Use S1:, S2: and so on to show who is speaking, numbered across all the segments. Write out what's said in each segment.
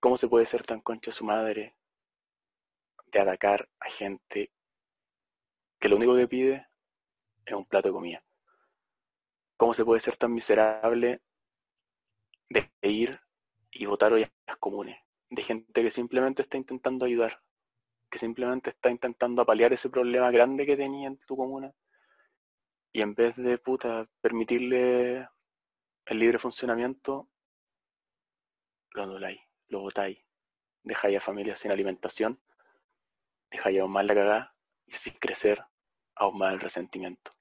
S1: ¿Cómo se puede ser tan concha su madre de atacar a gente que lo único que pide es un plato de comida? ¿Cómo se puede ser tan miserable de ir y votar hoy a las comunes? De gente que simplemente está intentando ayudar, que simplemente está intentando apalear ese problema grande que tenía en tu comuna. Y en vez de puta permitirle el libre funcionamiento, lo anuláis lo botáis. Dejáis a familias sin alimentación, dejáis aún más la cagada y sin crecer aún más el resentimiento.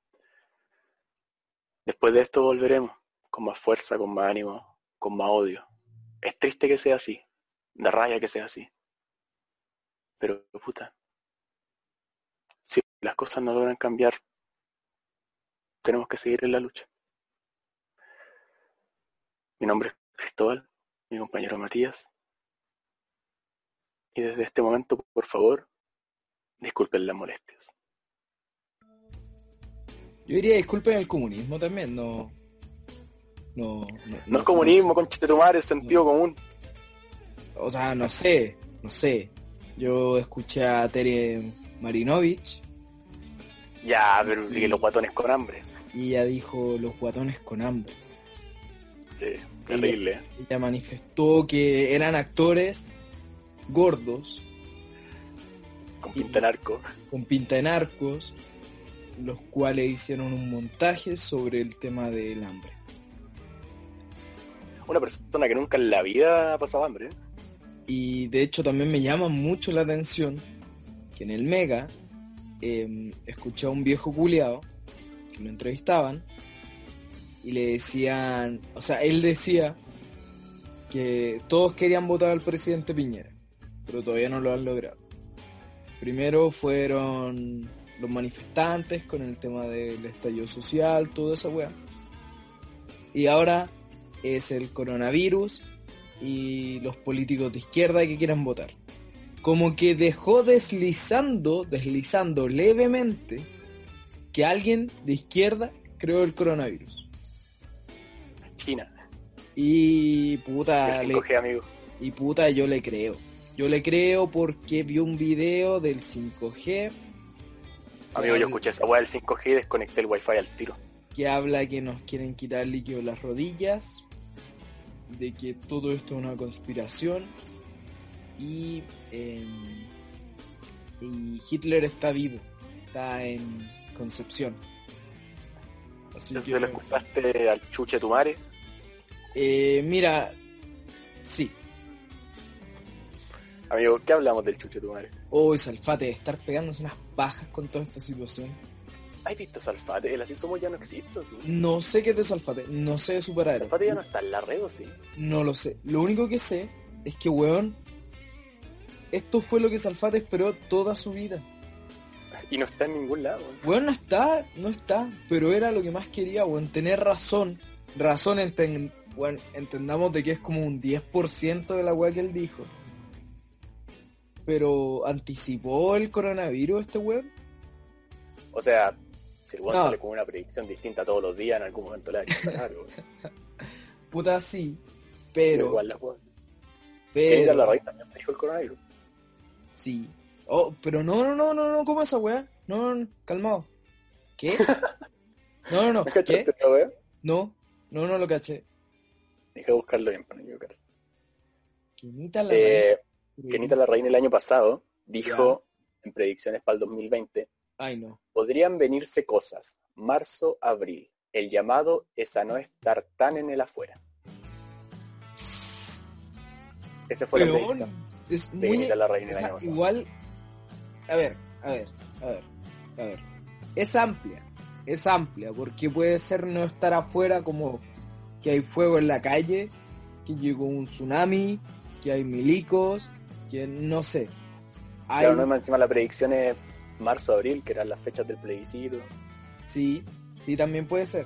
S1: Después de esto volveremos con más fuerza, con más ánimo, con más odio. Es triste que sea así, da raya que sea así. Pero puta, si las cosas no logran cambiar, tenemos que seguir en la lucha. Mi nombre es Cristóbal, mi compañero Matías. Y desde este momento, por favor, disculpen las molestias.
S2: Yo diría disculpen el comunismo también, no. No,
S1: no, no es comunismo, concha de tu madre, es sentido
S2: no.
S1: común.
S2: O sea, no sé, no sé. Yo escuché a Tere Marinovich.
S1: Ya, pero y, los guatones con hambre.
S2: Y ella dijo los guatones con hambre.
S1: Sí, terrible. ¿eh?
S2: Ella, ella manifestó que eran actores gordos.
S1: Con pinta en arco.
S2: Con pinta en arcos, los cuales hicieron un montaje sobre el tema del hambre.
S1: Una persona que nunca en la vida ha pasado hambre. ¿eh?
S2: Y de hecho también me llama mucho la atención que en el Mega eh, escuché a un viejo culiao que lo entrevistaban y le decían, o sea, él decía que todos querían votar al presidente Piñera, pero todavía no lo han logrado. Primero fueron los manifestantes con el tema del estallido social, toda esa weá. Y ahora es el coronavirus y los políticos de izquierda que quieran votar. Como que dejó deslizando, deslizando levemente, que alguien de izquierda creó el coronavirus.
S1: China.
S2: Y puta.
S1: Le, coge, amigo.
S2: Y puta, yo le creo. Yo le creo porque vi un video del 5G.
S1: Amigo, el, yo escuché esa weá del 5G y desconecté el wifi al tiro.
S2: Que habla que nos quieren quitar líquido de las rodillas. De que todo esto es una conspiración. Y, eh, y Hitler está vivo. Está en Concepción.
S1: Así que, ¿Se lo escuchaste al chuche tu madre?
S2: Eh, mira, sí.
S1: Amigo, ¿qué hablamos del chuche tu madre?
S2: Oh, Salfate, estar pegándose unas bajas con toda esta situación.
S1: ¿Has visto Salfate? El así somos ya no existe, ¿sí?
S2: No sé qué es de Salfate, no sé de su paradero.
S1: Salfate ya no está en la red, ¿o sí?
S2: No lo sé. Lo único que sé es que, weón, esto fue lo que Salfate esperó toda su vida.
S1: Y no está en ningún lado.
S2: Weón, weón no está, no está, pero era lo que más quería, weón, tener razón. Razón enten, bueno, entendamos de que es como un 10% de la weá que él dijo. Pero anticipó el coronavirus este weón.
S1: O sea, si el weón no. sale con una predicción distinta todos los días, en algún momento la va
S2: Puta sí, pero.
S1: No, igual la weón. Pero. La raíz también dijo el coronavirus.
S2: Sí. Oh, pero no, no, no, no, no, ¿cómo esa weá? No, no, no, calmado. ¿Qué? No, no, no.
S1: ¿Me ¿Qué? Esta weá?
S2: No, no, no lo caché.
S1: Deja buscarlo bien para no equivocarse.
S2: Kenita la eh,
S1: Kenita Larraín el año pasado dijo yeah. en predicciones para el 2020.
S2: Ay, no.
S1: Podrían venirse cosas. Marzo, abril. El llamado es a no estar tan en el afuera. Esa fue Pero la predicción.
S2: Es de muy, Kenita Larraín el o sea, año pasado. Igual. A ver, a ver, a ver, a ver. Es amplia. Es amplia porque puede ser no estar afuera como que hay fuego en la calle, que llegó un tsunami, que hay milicos, que no sé. Hay,
S1: Claro, no, más encima la predicción es marzo, abril, que eran las fechas del plebiscito.
S2: Sí, sí, también puede ser.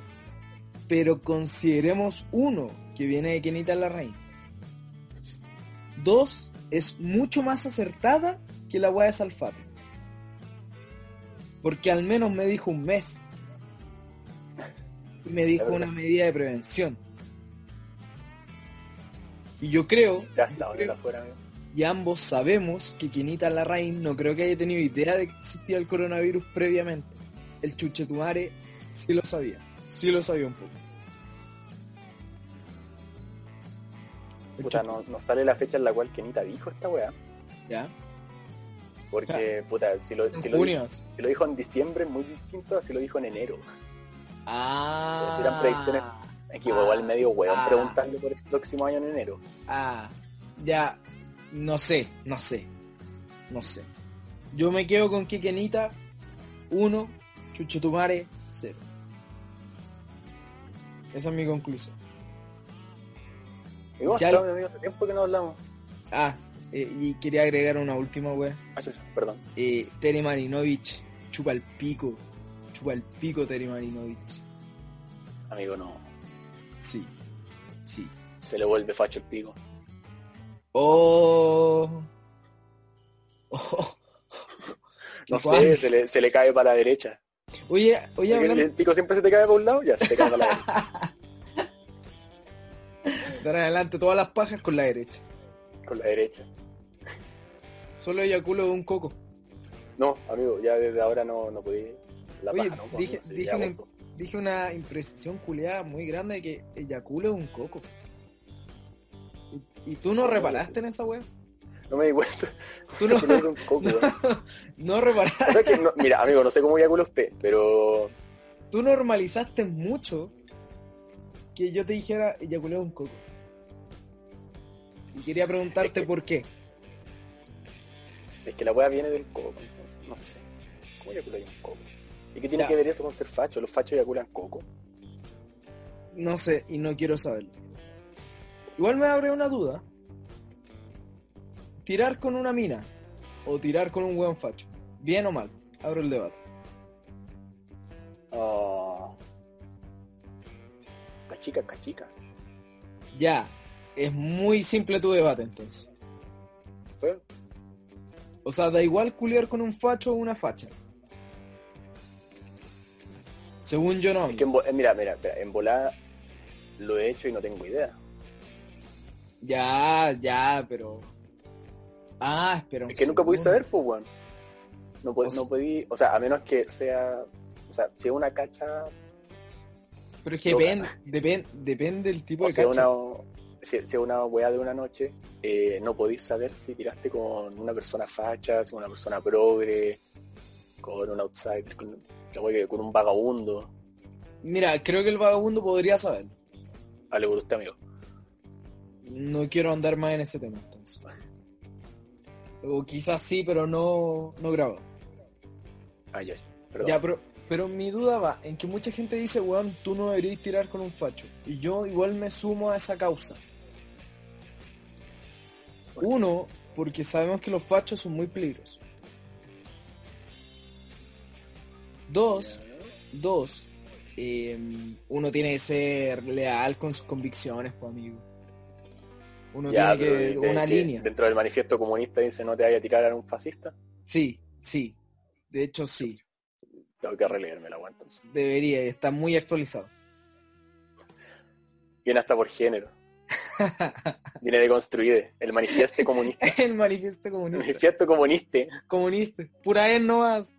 S2: Pero consideremos uno, que viene de Kenita la Reina. Dos, es mucho más acertada que la weá de Salfate. Porque al menos me dijo un mes. Y me dijo
S1: verdad.
S2: una medida de prevención. Y yo creo,
S1: Ya está, ahora afuera, amigo.
S2: y ambos sabemos que Quinita Larraín no creo que haya tenido idea de que existía el coronavirus previamente. El chuchetumare sí lo sabía, sí lo sabía un poco. El
S1: Puta,
S2: chuche-
S1: no, no sale la fecha en la cual Kenita dijo esta weá.
S2: ¿Ya?
S1: Porque, puta, si lo,
S2: En
S1: si, lo di-
S2: junio.
S1: si lo dijo en diciembre es muy distinto a si lo dijo en enero.
S2: Ah.
S1: Pero si eran predicciones- Aquí igual al medio weón
S2: Ah.
S1: preguntarle por el próximo año en enero.
S2: Ah, ya. No sé, no sé. No sé. Yo me quedo con Kikenita 1, Chuchetumare 0. Esa es mi conclusión.
S1: Y vos,
S2: Si
S1: claro,
S2: al-
S1: mi amigo, hace tiempo que no hablamos.
S2: Ah, eh, y quería agregar una última wea.
S1: Ah, chucha, perdón.
S2: Eh, Tere Marinovich, chupa el pico. Chupa el pico, Tere Marinovich.
S1: Amigo, no.
S2: Sí, sí.
S1: Se le vuelve facho el pico.
S2: Oh. Oh.
S1: No
S2: Igual.
S1: sé, se le, se le cae para la derecha.
S2: Oye, oye,
S1: Porque el-
S2: hablando,
S1: El pico siempre se te cae para un lado, ya se te cae para la derecha.
S2: de ahora en adelante todas las pajas con la derecha.
S1: Con la derecha.
S2: Solo eyaculo de un coco.
S1: No, amigo, ya desde ahora no, no podí. La
S2: Oye,
S1: paja, ¿no?
S2: dije-
S1: Amigo, sí,
S2: dije
S1: ya
S2: en el-
S1: vos,
S2: Dije una imprecisión culeada muy grande de que eyaculo de un coco. Y, y tú no reparaste en esa wea.
S1: No me di cuenta.
S2: Tú no,
S1: Tenía un coco, weón.
S2: no reparaste.
S1: O sea que no- mira, amigo, no sé cómo eyacula usted, pero
S2: Tú normalizaste mucho que yo te dijera eyaculé un coco. Y quería preguntarte por qué.
S1: es que la weá viene del coco, entonces, no sé. ¿Cómo eyacula ahí un coco? ¿Y qué tiene
S2: Ya.
S1: que ver eso con ser facho? ¿Los fachos eyaculan coco?
S2: No sé y no quiero saberlo. Igual me abre una duda. ¿Tirar con una mina o tirar con un buen facho? ¿Bien o mal? Abro el debate.
S1: Ah. Cachica, cachica.
S2: Ya, es muy simple tu debate entonces.
S1: ¿sabes?
S2: O sea, da igual culiar con un facho o una facha. Según yo no.
S1: Es que en vo- eh, mira, mira, espera, en volada lo he hecho y no tengo idea.
S2: Ya, ya, pero. Ah, espera. un
S1: Es que nunca podí
S2: segundo.
S1: saber, pues, weón. No, po-
S2: O sea-
S1: no podí, o sea, a menos que sea, o sea, si es una cacha,
S2: Pero es que
S1: Yo-
S2: depende, depende, depende del tipo
S1: o
S2: de
S1: sea,
S2: cacha.
S1: una, si, si es una weá de una noche, eh, no podís saber si tiraste con una persona facha, si una persona progre, con un outsider, con, la weá que- con un vagabundo.
S2: Mira, creo que el vagabundo podría saber.
S1: Hable por usted, Ah, amigo.
S2: No quiero andar más en ese tema entonces. O quizás sí, pero no, no grabado.
S1: Ay, ay, perdón.
S2: Ya, pero, pero mi duda va en que mucha gente dice, weón, tú no deberías tirar con un facho. Y yo igual me sumo a esa causa.
S1: ¿Por qué?
S2: Uno, porque sabemos que los fachos son muy peligrosos. Dos, dos, eh, uno tiene que ser leal con sus convicciones, pues amigo. Uno
S1: Ya, pero
S2: tiene que
S1: de-
S2: una
S1: de-
S2: línea.
S1: Dentro del manifiesto comunista dice no te vaya a tirar a un fascista.
S2: Sí, sí. De hecho, sí.
S1: Tengo que releerme la weá entonces.
S2: Debería, está muy actualizado.
S1: Viene hasta por género. Viene de construir el manifiesto comunista.
S2: El manifiesto
S1: El
S2: comunista.
S1: manifiesto comunista.
S2: comunista. Pura vez no más.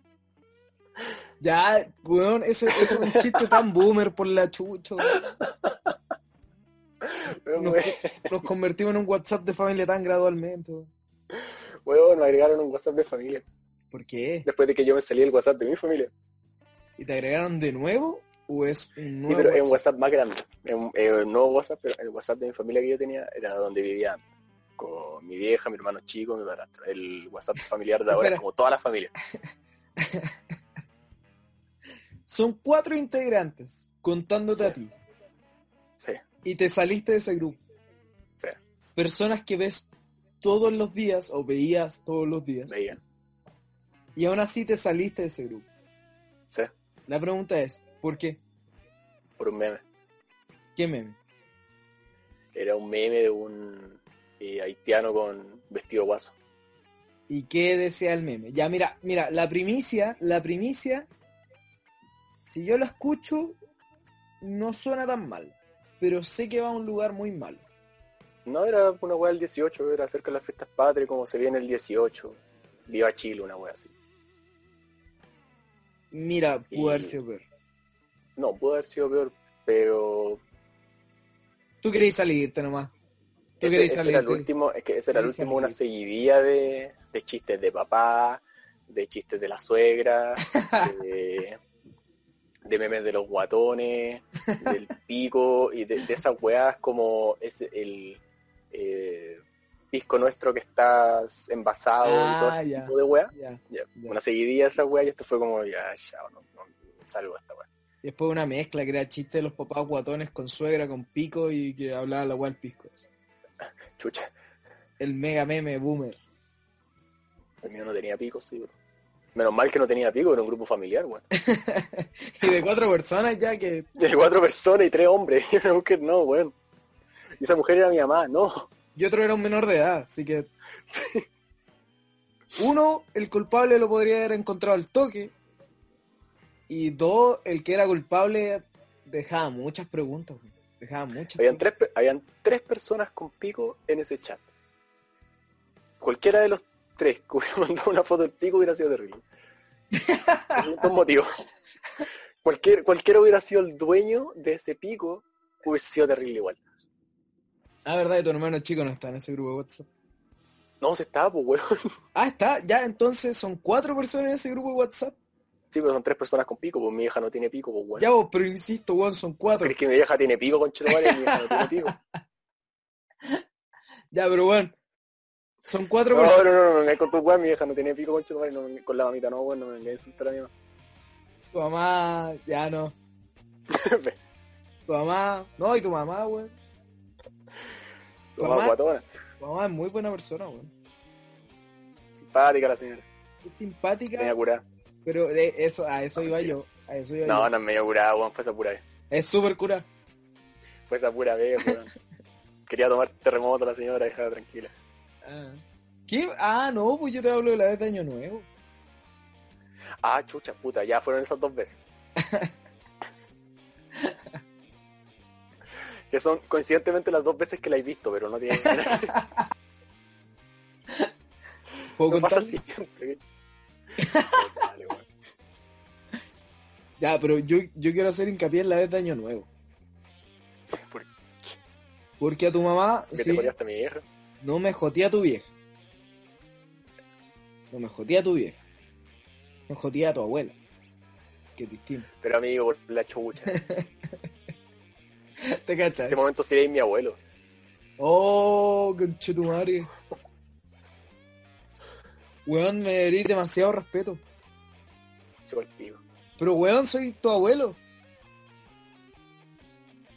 S2: Ya, weón, eso, eso es un chiste tan boomer por la chucha. weón. Nos, nos convertimos en un WhatsApp de familia tan gradualmente. weón.
S1: Weón, me agregaron un WhatsApp de familia.
S2: ¿Por qué?
S1: Después de que yo me salí del WhatsApp de mi familia.
S2: ¿Y te agregaron de nuevo? ¿O es un
S1: Sí,
S2: nuevo
S1: pero es un
S2: WhatsApp?
S1: WhatsApp más grande. Es un, es un nuevo WhatsApp, pero el WhatsApp de mi familia que yo tenía era donde vivía antes. Con mi vieja, mi hermano chico, mi padrastro. El WhatsApp familiar de ahora es
S2: Espera.
S1: como toda la familia.
S2: Son cuatro integrantes contándote a
S1: Sí.
S2: ti.
S1: Sí,
S2: Y te saliste de ese grupo. personas que ves todos los días o veías todos los días
S1: Veían.
S2: y aún así te saliste de ese grupo.
S1: Sí,
S2: La pregunta es, ¿por qué?
S1: por un meme.
S2: ¿Qué meme?
S1: Era un meme de un eh, haitiano con vestido guaso.
S2: ¿Y qué desea el meme? Ya, mira, mira, la primicia, la primicia, si yo la escucho, no suena tan mal, pero sé que va a un lugar muy malo.
S1: No era una weá del 18, era acerca de las fiestas patrias, como se viene el 18. Viva Chile, una weá así.
S2: Mira, pudo
S1: Y-
S2: haber sido peor.
S1: No, pudo haber sido peor, pero
S2: Tú querés salirte nomás. Tú
S1: Ese,
S2: queréis
S1: ese
S2: salir,
S1: era el
S2: queréis-
S1: último, es que ese era el
S2: queréis
S1: último, una
S2: salir.
S1: seguidilla de, de chistes de papá, de chistes de la suegra, de, de memes de los guatones, del pico y de, de esas weas como es el eh, pisco nuestro que está envasado y todo
S2: Ah,
S1: ese
S2: ya.
S1: tipo de weas.
S2: Ya,
S1: Ya,
S2: ya.
S1: Una seguidilla de esas weas y esto fue como ya, chao, no, no, salgo de esta wea.
S2: Después una mezcla que era chiste de los papás guatones con suegra, con pico y que hablaba la gual pisco.
S1: Chucha,
S2: El mega meme boomer.
S1: el mío no tenía pico, sí, bro. Menos mal que no tenía pico, era un grupo familiar, weón.
S2: y de cuatro personas ya que...
S1: de cuatro personas y tres hombres. Y una mujer, no, bueno. Y esa mujer era mi mamá, no.
S2: Y otro era un menor de edad, así que...
S1: Sí.
S2: Uno, el culpable lo podría haber encontrado al toque. Y dos, el que era culpable dejaba muchas preguntas. güey. Dejaba muchas
S1: Habían
S2: preguntas.
S1: tres, pe- habían tres personas con pico en ese chat. Cualquiera de los tres que hubiera mandado una foto del pico hubiera sido terrible. Por dos motivos. Cualquier, cualquiera hubiera sido el dueño de ese pico, hubiese sido terrible igual.
S2: Ah, verdad, y tu hermano chico no está en ese grupo de WhatsApp.
S1: No, se estaba, pues, weón.
S2: Ah, está, ya entonces son cuatro personas en ese grupo de WhatsApp.
S1: Sí, pero son tres personas con pico, pues mi hija no tiene pico, pues, weón.
S2: Ya vos, pero insisto, weón, son cuatro.
S1: ¿Crees que mi vieja tiene pico, con Mi vieja no tiene pico.
S2: Ya, pero weón. Son cuatro
S1: No, no,
S2: personas.
S1: no, no, no, con tu weá, mi vieja no tiene pico con no, me- con la mamita, no, bueno, no me engañes insultar a mi mamá.
S2: Tu mamá, ya no. Tu mamá, no, y tu mamá, weón.
S1: Tu mamá guatona,
S2: Tu mamá es muy buena persona, weón.
S1: simpática la señora,
S2: Es simpática,
S1: media curada.
S2: pero de eso, a eso iba yo. A eso iba
S1: No,
S2: yo.
S1: no es media curada, weón, fue esa pura vez.
S2: Es súper cura.
S1: Fue esa pura vez, weón. Quería tomar terremoto la señora, dejada tranquila.
S2: Ah. ¿Qué? Ah, no, pues yo te hablo de la vez de Año Nuevo.
S1: Ah, chucha, puta, ya fueron esas dos veces. que son coincidentemente las dos veces que la he visto, pero no tiene
S2: ¿Puedo
S1: no pasa
S2: contarle?
S1: siempre. Dale, weón.
S2: Ya, pero yo, yo quiero hacer hincapié en la vez de Año Nuevo.
S1: ¿Por qué?
S2: Porque a tu mamá
S1: Que
S2: sí,
S1: te jodías a mi vieja.
S2: no me jodía tu vieja. No me jodía tu vieja. Me jodía a tu abuela. Que distinto.
S1: Pero amigo, por la chucha. En
S2: ¿Te cachas?
S1: este momento seréis mi abuelo.
S2: Oh, conchetumare. Weón, me deberí demasiado respeto.
S1: Chupa el pico.
S2: Pero weón, soy tu abuelo.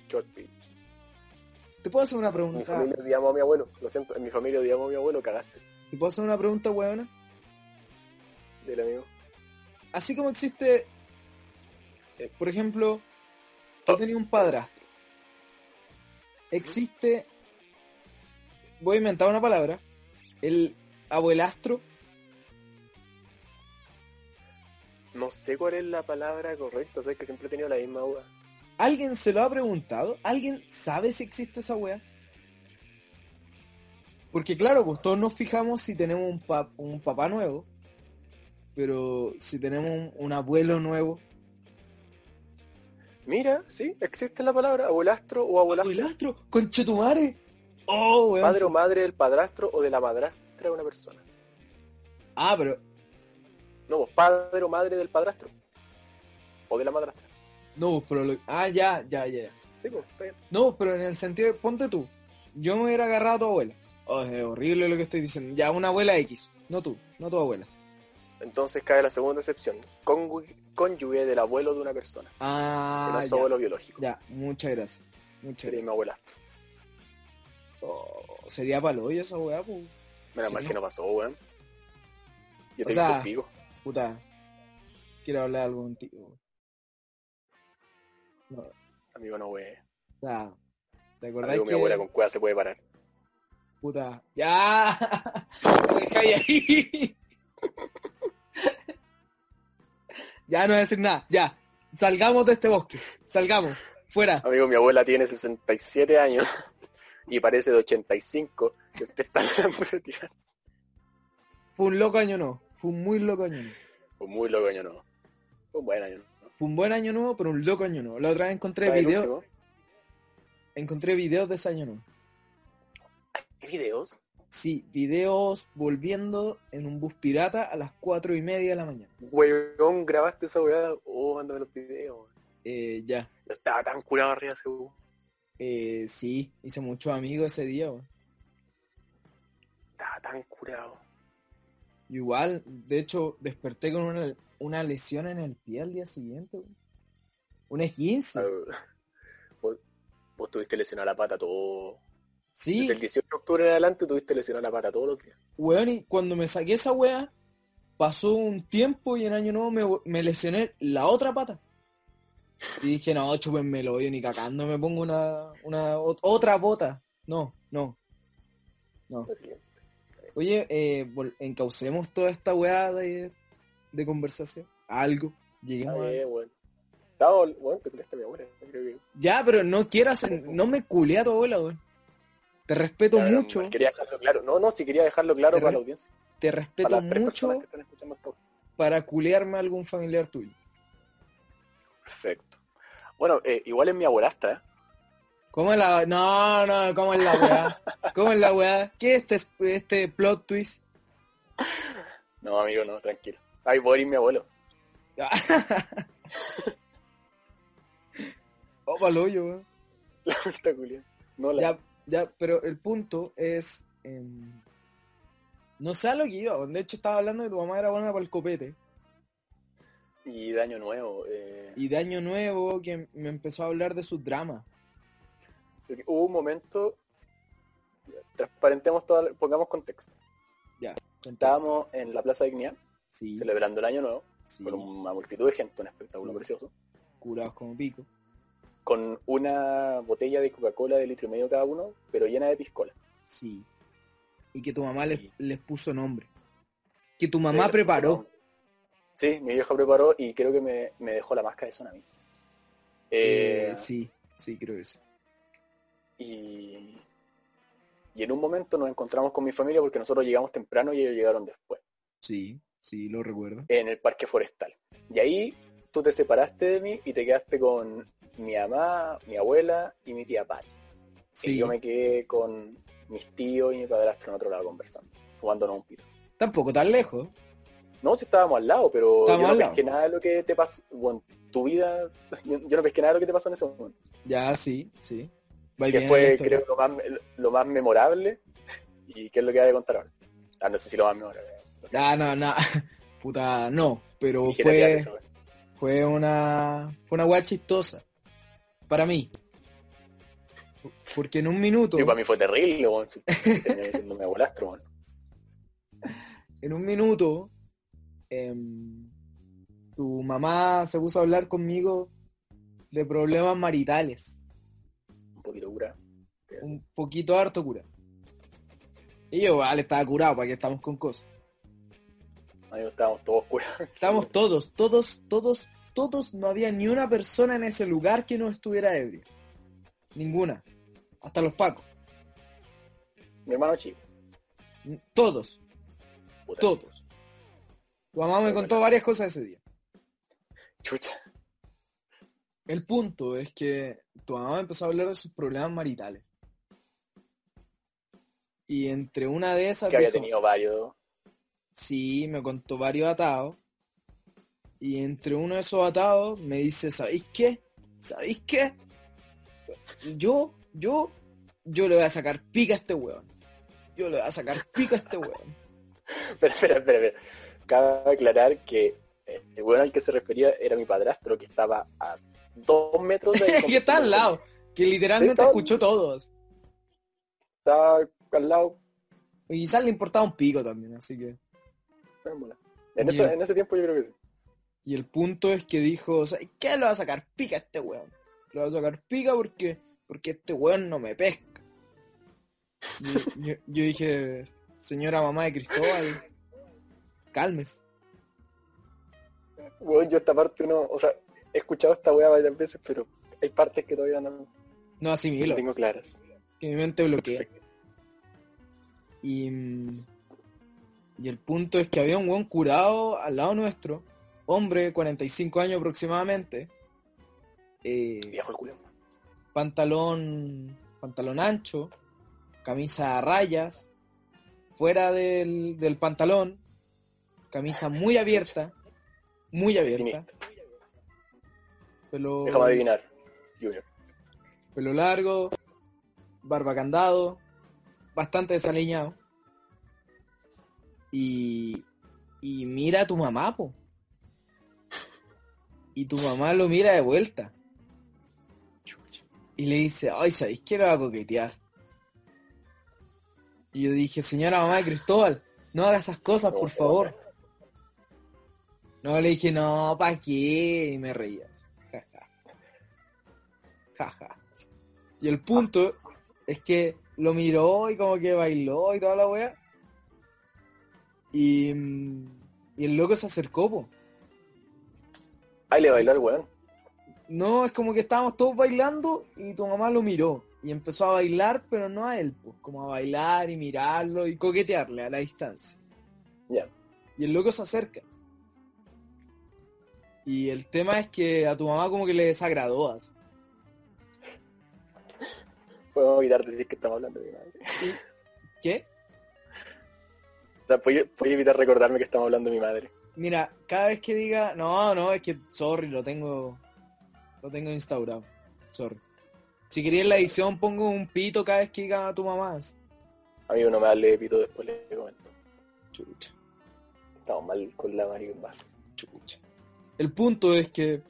S1: Chupa el pico.
S2: ¿Te puedo hacer una
S1: Mi
S2: pregunta?
S1: familia odiamos a mi abuelo. Lo siento, en mi familia odiamos a mi abuelo. Cagaste.
S2: ¿Te puedo hacer una pregunta, weona?
S1: Del amigo.
S2: Así como existe, eh, por ejemplo, yo tenía un padrastro. Existe, voy a inventar una palabra, el abuelastro.
S1: No sé cuál es la palabra correcta. Sabes que siempre he tenido la misma duda.
S2: ¿Alguien se lo ha preguntado? ¿Alguien sabe si existe esa wea? Porque claro, pues todos nos fijamos si tenemos un, pa- un papá nuevo, pero si tenemos un, un abuelo nuevo.
S1: Mira, sí, existe la palabra abuelastro o abuelastro.
S2: ¿Abuelastro? ¡Conchetumare! ¡Oh, weón!
S1: Padre o madre del padrastro o de la madrastra de una persona.
S2: Ah, pero
S1: No, vos, padre o madre del padrastro. O de la madrastra.
S2: No, pero lo- Ah, ya, ya, ya.
S1: Sí, pues, está bien.
S2: No, pero en el sentido de... Ponte tú. Yo me hubiera agarrado a tu abuela. Oh, es horrible lo que estoy diciendo. Ya, una abuela X. No tú, no tu abuela.
S1: Entonces cae la segunda excepción. Cóngu- Cónyuge del abuelo de una persona. que no
S2: Ah,
S1: es su
S2: ya,
S1: abuelo biológico.
S2: ya. Muchas gracias. Muchas
S1: Sería mi
S2: gracias.
S1: abuelastro.
S2: Oh, sería paloyo esa weá, pues.
S1: Menos
S2: Sí.
S1: mal que no pasó, weón. Yo
S2: O
S1: te
S2: sea-
S1: digo contigo.
S2: Puta. Quiero hablar algo contigo. weón.
S1: Amigo, no, weón.
S2: O sea, ¿te acordás
S1: Amigo,
S2: que...
S1: mi abuela con cueva se puede parar.
S2: Puta. ¡Ya! Lo dejáis ahí. ya no voy a decir nada. Ya. Salgamos de este bosque. Salgamos. Fuera.
S1: Amigo, mi abuela tiene 67 años y parece de 85. Que usted está hablando de tirarse.
S2: Fue un loco año nuevo. Fue un muy loco año nuevo.
S1: Fue muy loco año nuevo. Fue un buen año nuevo.
S2: Fue un buen año nuevo, pero un loco año nuevo. La otra vez encontré
S1: ¿Sabes el
S2: videos,
S1: último?
S2: encontré videos de ese año nuevo.
S1: ¿Qué videos?
S2: Sí, videos volviendo en un bus pirata a las cuatro y media de la mañana.
S1: Weón, grabaste esa weá. Oh, mándame los videos. weón.
S2: Eh, ya.
S1: Yo estaba tan curado arriba, seguro.
S2: Eh, sí, hice muchos amigos ese día, weón.
S1: Estaba tan curado.
S2: Yo Igual, de hecho, desperté con una, una lesión en el pie al día siguiente, weón. Una esguince.
S1: Ah, Vos, vos tuviste lesionada la pata todo.
S2: Sí,
S1: Desde el 18 de octubre en adelante tuviste lesionada la pata todos los días.
S2: weón, y cuando me saqué esa weá, pasó un tiempo y en año nuevo me, me lesioné la otra pata. Y dije, no, chúpenme el hoyo, ni cagando me pongo una, una ot- otra bota. No, no.
S1: Así que,
S2: Oye, eh, vol- encaucemos toda esta weá de, de conversación. Algo.
S1: Está
S2: Lleguemos a-
S1: bien, weón. Estaba, weón, te cuidaste a mi abuela. Yo creo que.
S2: Ya, pero no quieras, no me culé a tu abuela, weón. Te respeto
S1: Claro,
S2: mucho,
S1: Quería dejarlo claro. No, no, si quería dejarlo claro
S2: Pero-
S1: para la audiencia.
S2: te
S1: Para
S2: respeto
S1: las tres
S2: mucho
S1: personas que están escuchando hasta ahora.
S2: para culearme a algún familiar tuyo.
S1: Perfecto. Bueno, eh, igual es mi abuelasta, ¿eh?
S2: ¿Cómo es la No, no, ¿cómo es la weá? ¿Cómo es la weá? ¿Qué es este, este plot twist?
S1: No, amigo, no, tranquilo. Ay, Boris, mi abuelo.
S2: Oh, pa'l hoyo, weón.
S1: La vuelta, Julián. No, la...
S2: Ya, ya, pero el punto es. em, no sé a lo que iba, weón. de hecho estaba hablando de tu mamá era buena para el copete.
S1: Y de año nuevo. Eh...
S2: Y de año nuevo que me empezó a hablar de sus dramas.
S1: Así que Hubo un momento... Transparentemos todo, el- pongamos contexto.
S2: Entonces,
S1: Estábamos en la Plaza Dignidad,
S2: Sí,
S1: celebrando el año nuevo,
S2: sí,
S1: con una multitud de gente, un espectáculo
S2: Sí.
S1: precioso,
S2: curados como pico.
S1: con una botella de Coca-Cola de litro y medio cada uno, pero llena de piscola.
S2: Sí. Y que tu mamá
S1: Sí.
S2: les, les puso nombre. Que tu
S1: Sí,
S2: mamá
S1: la-
S2: preparó.
S1: Sí, mi vieja preparó y creo que me, me dejó la máscara de tsunami. Eh,
S2: Eh, sí, sí, creo que sí.
S1: y, y en un momento nos encontramos con mi familia porque nosotros llegamos temprano y ellos llegaron después,
S2: Sí, sí, lo recuerdo.
S1: en el parque forestal. Y ahí tú te separaste de mí y te quedaste con mi mamá, mi abuela y mi tía Pat. Y
S2: Sí.
S1: yo me quedé con mis tíos y mi padrastro en otro lado conversando, jugándonos un pito.
S2: Tampoco tan lejos.
S1: No, si estábamos al lado, pero
S2: Estábamos
S1: yo
S2: al
S1: no
S2: lado.
S1: pesqué nada de lo que te pasó, bueno, tu vida, yo, yo no pesqué nada de lo que te pasó en ese momento.
S2: Ya, sí, sí. Va
S1: que
S2: bien la
S1: fue
S2: historia.
S1: creo lo más, lo más memorable y qué es lo que voy a contar ahora. Ah, no sé si lo más memorable.
S2: Ah, no, no. Puta, no. Pero
S1: Dije, "Te
S2: Uh, fue,
S1: hagas eso, güey".
S2: fue una. Fue una weá chistosa. Para mí. Porque en un minuto.
S1: Sí, para mí fue terrible, weón. Si- si terminé diciéndome abuelastro, weón.
S2: en un minuto, em, tu mamá se puso a hablar conmigo de problemas maritales,
S1: Un poquito cura.
S2: un poquito harto cura. Y yo, vale, estaba curado, ¿para que estamos con cosas?
S1: Amigos, estábamos todos curados.
S2: Estábamos todos, todos, todos, todos, no había ni una persona en ese lugar que no estuviera ebria. Ninguna. Hasta los pacos.
S1: Mi hermano chico.
S2: Todos,
S1: Puta,
S2: todos. Tu mamá me contó varias cosas ese día.
S1: Chucha.
S2: El punto es que tu mamá empezó a hablar de sus problemas maritales. Y entre una de esas...
S1: Que había
S2: dijo-
S1: tenido varios.
S2: Sí, me contó varios atados. Y entre uno de esos atados me dice, ¿sabéis qué? ¿Sabéis qué? Yo, yo, yo le voy a sacar pica a este weón. Yo le voy a sacar pica a este weón.
S1: Espera, espera, espera, espera. Cabe aclarar que eh, el weón al que se refería era mi padrastro que estaba a dos metros de ahí
S2: que está al lado. Que literalmente
S1: Sí, está-
S2: escuchó todos.
S1: estaba al lado,
S2: Y quizás le importaba un pico también, así que...
S1: en bola. En,
S2: Ya.
S1: eso- en ese tiempo yo creo que sí.
S2: Y el punto es que dijo, o sea, ¿qué lo va a sacar pica a este weón? Lo va a sacar pica porque, porque este weón no me pesca. Yo, yo- yo dije, señora mamá de Cristóbal, cálmese.
S1: Weón, yo esta parte no, o sea, he escuchado esta weá varias veces, pero hay partes que todavía no
S2: No asimilo,
S1: tengo claras.
S2: que mi mente bloquea. Y, mm, y el punto es que había un weón curado al lado nuestro, hombre, 45 años aproximadamente. eh,
S1: Viejo el culo.
S2: pantalón pantalón ancho, camisa a rayas, fuera del, del pantalón, camisa muy abierta, muy abierta,
S1: Pesimista.
S2: pelo,
S1: Déjame adivinar, Junior.
S2: pelo largo, barba candado, bastante desaliñado. Y, y mira a tu mamá, po. Y tu mamá lo mira de vuelta.
S1: Chucha.
S2: Y le dice, ay, ¿sabéis que lo va a coquetear? Y yo dije, señora mamá de Cristóbal, no haga esas cosas,
S1: No,
S2: por
S1: no,
S2: favor. No, le dije, no, ¿pa' qué? Y me reía. Ja, ja. Ja, ja. Y el punto es que lo miró y como que bailó y toda la wea. Y, mm, y el loco se acercó, po.
S1: Ahí le bailó el weón.
S2: No, es como que estábamos todos bailando y tu mamá lo miró y empezó a bailar, pero no a él, pues, como a bailar y mirarlo y coquetearle a la distancia.
S1: Ya.
S2: Y el loco se acerca. Y el tema es que a tu mamá como que le desagradó. así.
S1: Podemos evitar decir que estamos hablando de mi madre.
S2: ¿Qué?
S1: O sea, puedo, puedo evitar recordarme que estamos hablando de mi madre.
S2: Mira, cada vez que diga, no, no, es que, sorry, lo tengo, lo tengo instaurado. Sorry. Si quería en la edición pongo un pito cada vez que diga a tu mamá. así.
S1: Amigo, no me hable de pito después, le comento.
S2: Chucha.
S1: Estamos mal con la marihuana.
S2: Chucha. El punto es que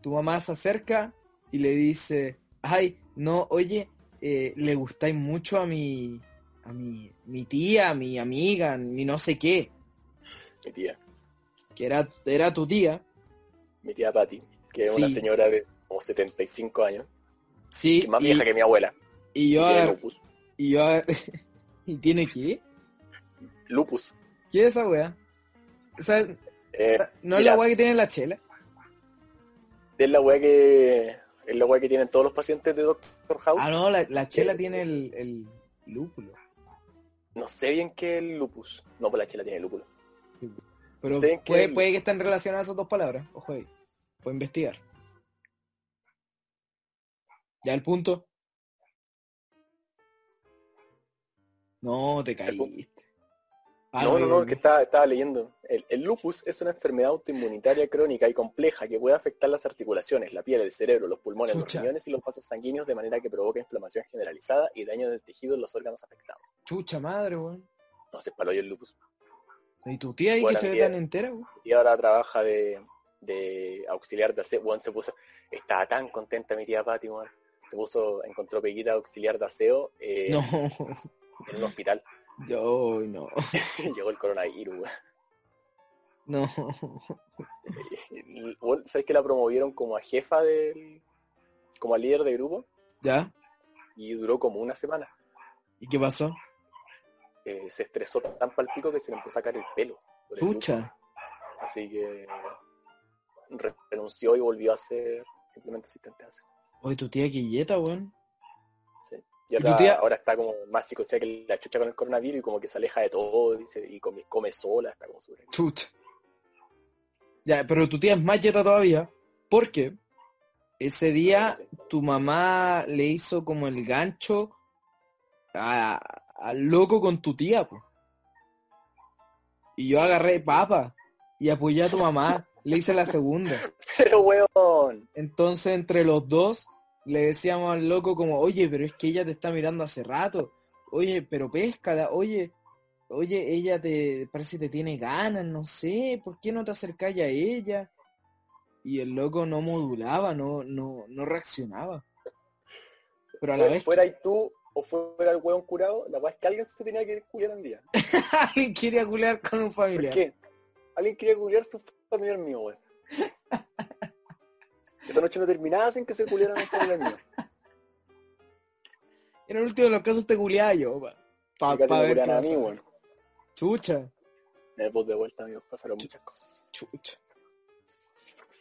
S2: tu mamá se acerca y le dice, ay, no, oye, eh, le gustáis mucho a mi, a mi, mi tía, a mi amiga, mi no sé qué,
S1: Mi tía,
S2: que era, era tu tía,
S1: mi tía Patti, que es
S2: Sí.
S1: una señora de como 75 años,
S2: sí,
S1: que más
S2: y,
S1: vieja que mi abuela.
S2: y
S1: Y
S2: yo,
S1: tiene lupus.
S2: y yo, y tiene qué,
S1: Lupus.
S2: qué es esa weá, o sea, o
S1: Eh,
S2: sea, no es
S1: mira.
S2: la weá que tiene la chela,
S1: es la weá que. Es la weá que tienen todos los pacientes de Doctor House.
S2: ah no, la, la chela
S1: Eh.
S2: tiene el, el lúpulo,
S1: No sé bien qué es el lupus. No, pues la chela tiene lúpulo.
S2: pero
S1: Sé que
S2: puede,
S1: el-
S2: puede que estén relacionadas esas dos palabras, ojo ahí, puedo investigar. Ya el punto. No, te
S1: El pu-
S2: caíste. Ah,
S1: no, no,
S2: yo-
S1: no, es que estaba, estaba leyendo. El, el lupus es una enfermedad autoinmunitaria crónica y compleja que puede afectar las articulaciones, la piel, el cerebro, los pulmones,
S2: Chucha.
S1: los riñones y los vasos sanguíneos de manera que provoca inflamación generalizada y daño del tejido en los órganos afectados.
S2: Chucha madre, weón.
S1: No se espaló el lupus.
S2: Y tu tía ahí
S1: Buena
S2: que se ve
S1: tía.
S2: tan entera, weón.
S1: Y ahora trabaja de, de auxiliar de aseo. Bueno, se puso, estaba tan contenta mi tía Pati, weón. Se puso, encontró peguita auxiliar de aseo eh,
S2: No,
S1: en un hospital.
S2: yo no,
S1: Llegó el coronavirus, weón.
S2: no.
S1: Y, weón, ¿Sabes que la promovieron como a jefa del... como a líder de grupo?
S2: ¿Ya?
S1: y duró como una semana.
S2: ¿Y qué pasó?
S1: Eh, se estresó tan palpico que se le empezó a caer el pelo. por el
S2: Chucha.
S1: luto. Así que re- renunció y volvió a ser simplemente asistente de aseo.
S2: Oye, tu tía Quilleta, weón.
S1: Y
S2: ¿Y tu
S1: ahora,
S2: tía?
S1: ahora está como más psicosea que la chucha con el coronavirus y como que se aleja de todo dice, y come, come sola, está como sobre.
S2: Chucha. Ya, pero tu tía es más yeta todavía, porque ese día tu mamá le hizo como el gancho a- al loco con tu tía, po. Y yo agarré papa y apoyé a tu mamá, le hice la segunda.
S1: Pero weón,
S2: Entonces entre los dos le decíamos al loco como, oye, pero es que ella te está mirando hace rato, oye, pero péscala, oye, oye, ella te parece que te tiene ganas, no sé, ¿por qué no te acercáis a ella? Y el loco no modulaba, no, no, no reaccionaba. Pero a la vez,
S1: fuera y tú o fuera el hueón curado, la weá es que alguien se tenía que culiar un día.
S2: Alguien quiere culiar con un
S1: ¿Por
S2: familiar.
S1: qué? Alguien quería culiar su familiar mío, weón. Esa noche no terminaba sin que se culiaran un familiar mío.
S2: En el último de los casos te culiaba yo, pa. Pa,
S1: Y casi
S2: Ah, pa
S1: me
S2: ver
S1: culiaban
S2: qué
S1: a
S2: pasa.
S1: mí, weón.
S2: Chucha,
S1: En el bot de vuelta, amigos, pasaron muchas cosas.
S2: chucha.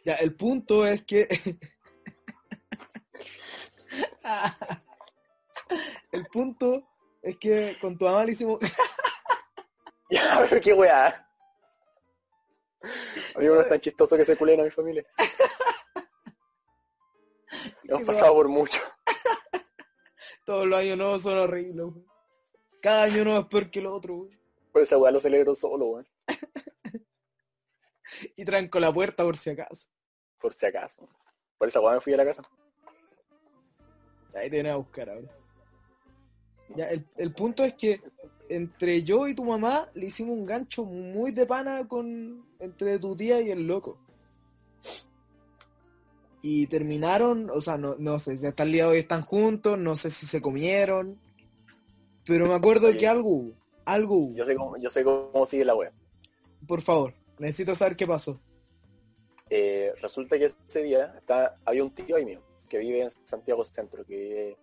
S2: Ya, el punto es que. el punto es que con tu mamá le hicimos.
S1: Ya, pero qué weá. A mí no es tan chistoso que se culen a mi familia. Hemos
S2: Qué
S1: pasado por mucho.
S2: Todos los años nuevos son horribles, weón. Cada año nuevo es peor que el otro, weón.
S1: Por esa weá lo celebro solo, weón.
S2: Y tranco la puerta por si acaso.
S1: Por si acaso. Por esa weá me fui a la casa.
S2: Ahí te viene a buscar ahora. Ya, el, el punto es que entre yo y tu mamá le hicimos un gancho muy de pana con entre tu tía y el loco. Y terminaron, o sea, no, no sé si hasta el día de hoy están juntos, no sé si se comieron, pero me acuerdo
S1: Oye.
S2: que algo hubo, algo hubo.
S1: Yo sé cómo, yo sé cómo sigue la weá.
S2: Por favor, necesito saber qué pasó.
S1: Eh, resulta que ese día está, había un tío ahí mío que vive en Santiago Centro, que vive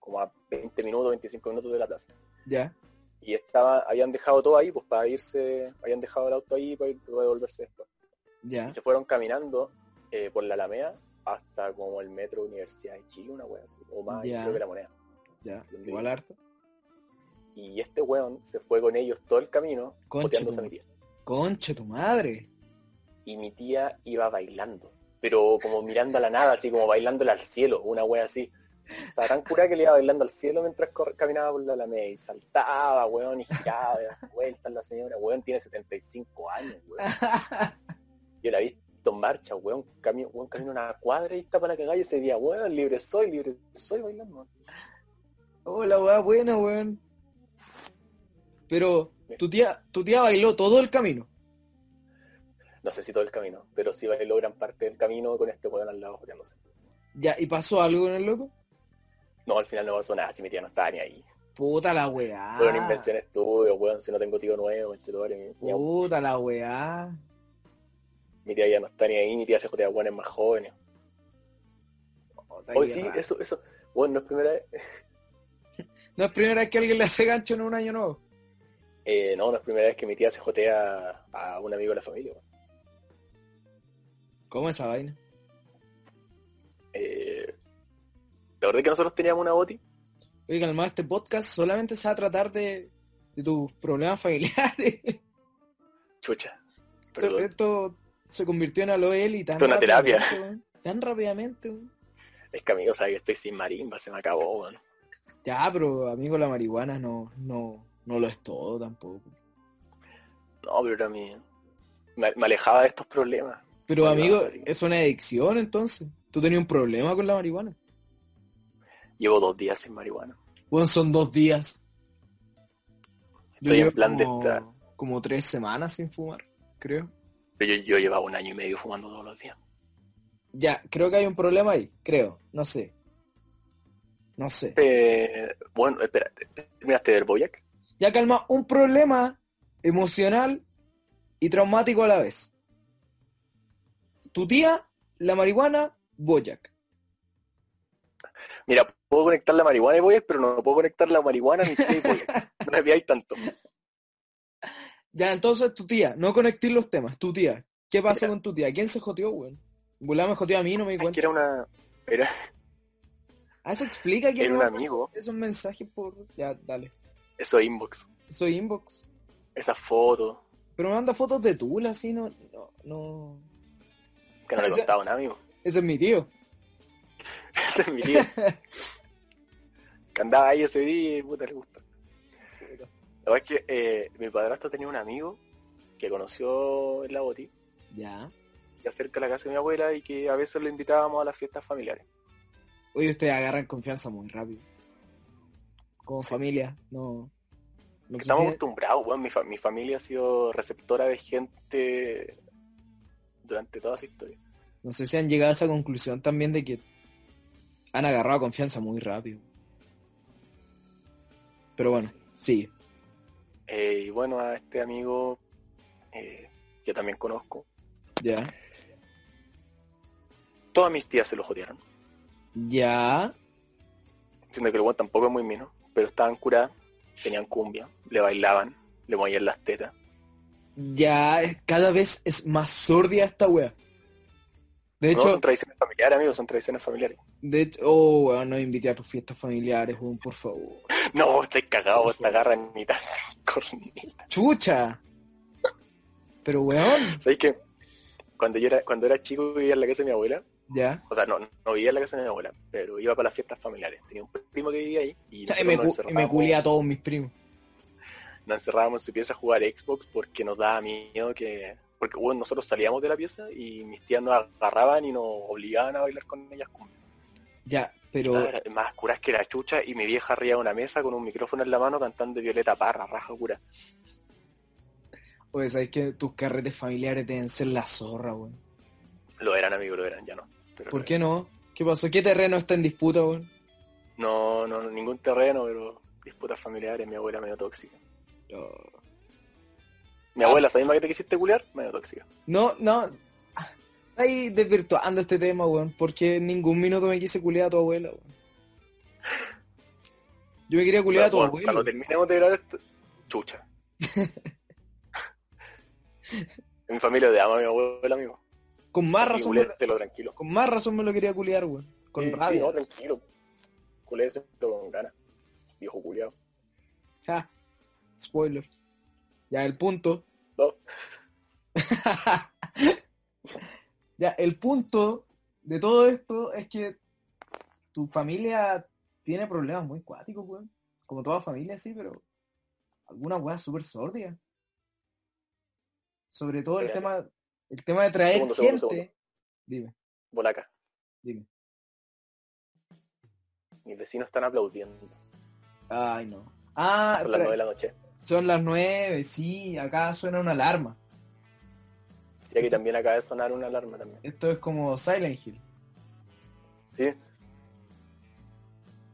S1: como a 20 minutos, 25 minutos de la plaza.
S2: Ya,
S1: Y estaba, habían dejado todo ahí, pues para irse, habían dejado el auto ahí para, ir- para devolverse después.
S2: ya,
S1: Y se fueron caminando eh, por la Alameda hasta como el metro Universidad de Chile, una wea así, o más, yo
S2: Ya.
S1: creo que la moneda.
S2: ya,
S1: ¿Dónde
S2: igual
S1: vive?
S2: harto.
S1: Y este weón se fue con ellos todo el camino,
S2: Concha
S1: boteándose a
S2: tu-
S1: mi tía.
S2: Concha tu madre.
S1: Y mi tía iba bailando, pero como mirando a la nada, así como bailándole al cielo, una wea así. Estaba tan curada que le iba bailando al cielo mientras cor- caminaba por la Alameda y saltaba, weón, y giraba, y daba vueltas la señora, weón, tiene 75 años, weón. Yo la he visto en marcha, weón, camino, weón, camino una cuadra y está para la cagada y ese día, weón, libre soy, libre soy bailando.
S2: Hola, Oh, weá, buena, weón. Pero tu tía, tu tía bailó todo el camino.
S1: No sé si todo el camino, pero sí bailó gran parte del camino con este weón al lado sé.
S2: Ya, ¿y pasó algo con el loco?
S1: No, al final no pasó nada, si mi tía no estaba ni ahí.
S2: Puta la weá.
S1: Fueron invenciones tuyas, weón, si no tengo tío nuevo, este lugar, mi- mi abuelo.
S2: Puta la weá.
S1: Mi tía ya no está ni ahí, mi tía se jodea weones más jóvenes.
S2: Puta,
S1: Hoy
S2: qué
S1: sí,
S2: raro.
S1: eso, eso, bueno, no es primera vez,
S2: No es primera vez que alguien le hace gancho en un año nuevo.
S1: eh, no, no es primera vez que mi tía se jotea a un amigo de la familia, weón.
S2: ¿Cómo esa vaina?
S1: Eh, ¿Te acordás que nosotros teníamos una boti?
S2: Oye, calmado, este podcast solamente se va a tratar de, de tus problemas familiares.
S1: Chucha.
S2: Esto,
S1: Perdón.
S2: esto se convirtió en Aloel y tan
S1: Esto es una terapia.
S2: rápidamente, weón. Tan rápidamente, weón.
S1: Es que amigo, sabes que estoy sin marimba, se me acabó, weón.
S2: Ya, pero amigo, la marihuana no, no, no lo es todo tampoco.
S1: No, pero era mi... Me, me alejaba de estos problemas.
S2: Pero
S1: No,
S2: amigo,
S1: sí.
S2: es una adicción entonces. Tú tenías un problema con la marihuana.
S1: Llevo dos días sin marihuana.
S2: Bueno, son dos días.
S1: Estoy en
S2: llevo
S1: plan de
S2: como,
S1: estar.
S2: como tres semanas sin fumar, creo.
S1: Pero yo, yo llevaba un año y medio fumando todos los días.
S2: Ya, creo que hay un problema ahí, creo. No sé. No sé.
S1: Eh, bueno, espera, ¿terminaste del Boyac?
S2: Ya calma, un problema emocional y traumático a la vez. Tu tía, la marihuana, Boyac.
S1: Mira, puedo conectar la marihuana y Boyac, pero no puedo conectar la marihuana ni té y Boyac. No me veáis tanto.
S2: Ya, entonces tu tía, no conectar los temas, tu tía. ¿Qué pasó
S1: Ya.
S2: con tu tía? ¿Quién se joteó, weón? Bulá me joteó a mí, no me di
S1: Es
S2: cuenta.
S1: que era una... Era,
S2: Ah, se explica que
S1: Era
S2: no
S1: un
S2: mandas
S1: amigo.
S2: esos mensajes por. Ya, dale.
S1: eso inbox.
S2: Soy inbox.
S1: Esa foto.
S2: Pero me manda fotos de Tula, así, no, no, no.
S1: Que no le he
S2: Ese-
S1: contado nada, amigo.
S2: Ese es mi tío.
S1: Ese es mi tío. que andaba ahí ese día y puta le gusta. La verdad es que eh, mi padrastro tenía un amigo que conoció en la boti,
S2: Ya.
S1: que acerca de la casa de mi abuela y que a veces lo invitábamos a las fiestas familiares.
S2: Hoy ustedes agarran confianza muy rápido. Como familia, no. No
S1: Que
S2: sé
S1: Estamos
S2: si-
S1: acostumbrados, weón. Mi, fa- mi familia ha sido receptora de gente durante toda su historia.
S2: no sé si han llegado a esa conclusión también de que han agarrado confianza muy rápido. Pero bueno, sí.
S1: Eh, y bueno, a este amigo eh, yo también conozco.
S2: Ya.
S1: Todas mis tías se lo jodieron.
S2: Ya.
S1: Siendo que el weón tampoco es muy mino, pero estaban curadas, tenían cumbia, le bailaban, le movían las tetas.
S2: Ya. es- Cada vez es más sordia esta wea. De
S1: no,
S2: hecho,
S1: son tradiciones familiares, amigos, son tradiciones familiares.
S2: de hecho, oh, weón, no invité a tus fiestas familiares, weón, por favor.
S1: No, vos estáis cagado, vos te agarran mitad cornita.
S2: ¡Chucha! Pero weón,
S1: ¿Sabes qué? Cuando yo era, cuando era chico vivía en la casa de mi abuela,
S2: ya.
S1: o sea, no, no vivía en la casa de mi abuela, pero iba para las fiestas familiares. Tenía un primo que vivía ahí y
S2: Y
S1: nosotros nos
S2: me, cu- y me
S1: encerrábamos-
S2: culé a todos mis primos.
S1: nos encerrábamos en su pieza a jugar Xbox porque nos daba miedo que... Porque bueno, nosotros salíamos de la pieza y mis tías nos agarraban y nos obligaban a bailar con ellas. Como,
S2: Ya, pero.
S1: Era más curas que la chucha y mi vieja arriba de una mesa con un micrófono en la mano cantando Violeta Parra, raja cura.
S2: Oye, sabes que tus carretes familiares deben ser la zorra, weón.
S1: Lo eran, amigo, lo eran, ya no. Pero-
S2: ¿Por qué no? ¿Qué pasó? ¿Qué terreno está en disputa, weón?
S1: No, no, no, ningún terreno, pero disputas familiares, mi abuela medio tóxica. Mi
S2: Ah.
S1: abuela, ¿sabes más que te quisiste culiar? Medio tóxica.
S2: No, no. Ah, Ahí desvirtuando este tema, weón, porque en ningún minuto me quise culiar a tu abuela, weón. Yo me quería culiar a tu
S1: Bueno,
S2: abuelo.
S1: Cuando terminemos de grabar esto, chucha. en mi familia odiaba a mi abuela, amigo.
S2: Con más
S1: Así,
S2: Ah, razón, me-
S1: culéatelo tranquilo. Eh,
S2: con más razón me lo quería culiar, weón. Con
S1: Sí, sí,
S2: rabia.
S1: no, tranquilo. Culéatelo con ganas. Viejo culiado.
S2: Ja, spoiler. Ya, el punto.
S1: No.
S2: ya, el punto de todo esto es que tu familia tiene problemas muy cuáticos, weón. Como toda familia, sí, pero alguna weá súper sordia. Sobre todo el
S1: Espérate.
S2: tema, el tema de traer
S1: Segundo,
S2: gente.
S1: segundo, segundo.
S2: Dime,
S1: Bolaca.
S2: dime.
S1: Mis vecinos están aplaudiendo.
S2: Ay, no. Ah,
S1: Son las
S2: tra-
S1: nueve de la noche.
S2: son las nueve, sí, acá suena una alarma.
S1: Sí, aquí también acaba de sonar una alarma también.
S2: Esto es como Silent Hill.
S1: Sí,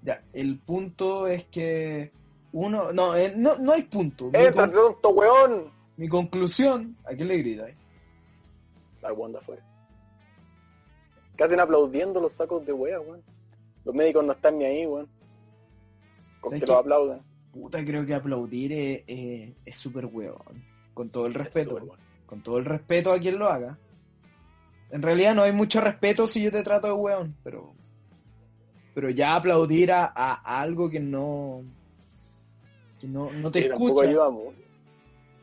S2: Ya, el punto es que uno, no, eh, no, no hay punto. Mi,
S1: ¡Entra,
S2: con-
S1: tonto ¡Eh, weón!
S2: mi conclusión, ¿a quién le grita? eh?
S1: La Wanda fue. ¿Qué hacen aplaudiendo los sacos de wea, weón? Los médicos no están ni ahí, weón. Con
S2: ¿Sabes
S1: que
S2: qué?
S1: los aplaudan.
S2: Puta, creo que aplaudir eh, eh, es súper huevón. Con todo el
S1: Es
S2: respeto,
S1: súper bueno.
S2: con todo el respeto a quien lo haga. En realidad no hay mucho respeto si yo te trato de huevón, pero pero ya aplaudir a, a algo que no que no, no te
S1: Sí, tampoco
S2: escucha.
S1: ayudamos.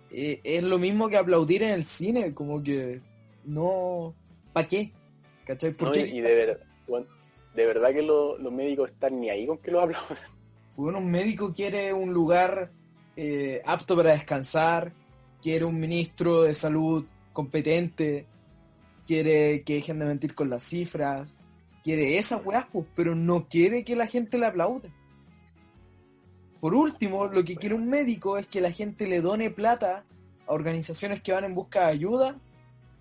S2: eh, es lo mismo que aplaudir en el cine, como que no, ¿pa' qué? ¿Cachai? ¿Por
S1: No,
S2: qué?
S1: y y de, ver- weón, de verdad que lo- los médicos están ni ahí con que los aplaudan.
S2: Bueno, un médico quiere un lugar eh, apto para descansar, quiere un ministro de salud competente, quiere que dejen de mentir con las cifras, quiere esas weas, pues, pero no quiere que la gente le aplaude. Por último, lo que quiere un médico es que la gente le done plata a organizaciones que van en busca de ayuda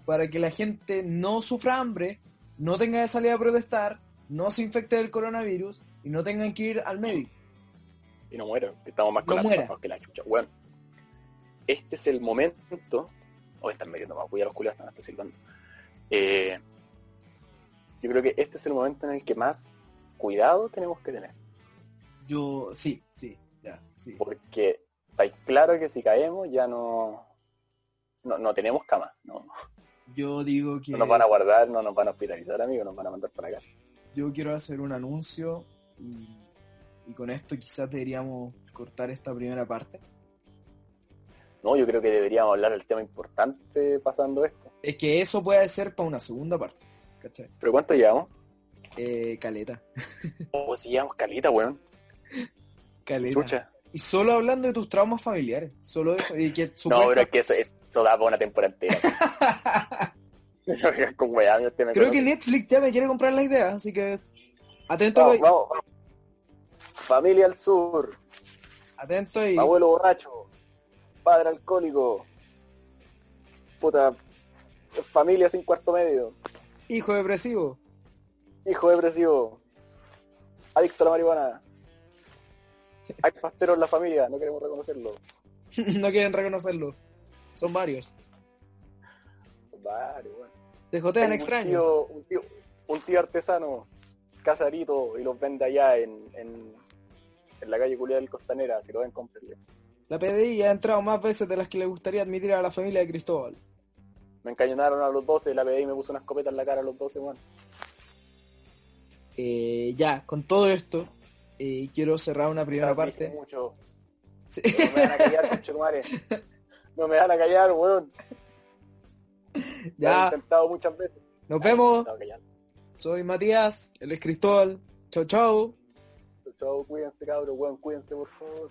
S2: para que la gente no sufra hambre, no tenga que salir a protestar, no se infecte del coronavirus y no tengan que ir al médico.
S1: Y no mueran. que Estamos más
S2: No muera.
S1: colapsados que la chucha, weón. Este es el momento. Oh, están metiendo más cuidado los culiados, están hasta silbando. Eh, yo creo que este es el momento en el que más cuidado tenemos que tener.
S2: Yo, sí, sí, ya, sí.
S1: porque está ahí claro que si caemos ya no no, no tenemos cama, no,
S2: Yo digo que
S1: no nos van a guardar, no nos van a hospitalizar, amigos, nos van a mandar para casa.
S2: yo quiero hacer un anuncio y, y con esto quizás deberíamos cortar esta primera parte.
S1: No, yo creo que deberíamos hablar del tema importante pasando esto.
S2: Es que eso puede ser para una segunda parte, ¿cachai?
S1: ¿Pero cuánto llevamos?
S2: Eh, caleta,
S1: Oh, sí, llevamos calita, weón.
S2: caleta.
S1: Chucha.
S2: Y solo hablando de tus traumas familiares, solo eso. Y que
S1: No, pero es
S2: supuesta-
S1: que eso, eso da para una temporada entera. Con weá, amigos, te me
S2: Creo que
S1: conoces.
S2: Netflix ya me quiere comprar la idea, así que atento,
S1: Vamos,
S2: ahí,
S1: vamos, vamos. Familia al sur,
S2: atento y
S1: abuelo borracho, padre alcohólico, puta, familia sin cuarto medio.
S2: hijo depresivo.
S1: Hijo depresivo. Adicto a la marihuana. Hay pasteros en la familia, no queremos reconocerlo.
S2: no quieren reconocerlo. Son varios.
S1: Vale, bueno.
S2: Te jotean
S1: Tengo
S2: extraños.
S1: Un tío, un, tío, un tío artesano, casarito, y los vende allá en, en, en la calle Culia del Costanera, si lo ven, cómprenle.
S2: La PDI ha entrado más veces de las que le gustaría admitir a la familia de Cristóbal.
S1: Me encañonaron a los 12, la PDI me puso una escopeta en la cara a los 12, weón.
S2: Eh, ya, con todo esto, eh, quiero cerrar una primera
S1: Ya,
S2: parte.
S1: dije mucho.
S2: Sí.
S1: No me van a callar, conchetumare. No me van a callar, weón. Lo he
S2: ya,
S1: intentado muchas veces.
S2: nos
S1: Ay,
S2: vemos.
S1: intentado callar.
S2: Soy Matías, él es Cristóbal. Chau, chau.
S1: Chau, cuídense, cabros, weón, cuídense, por favor.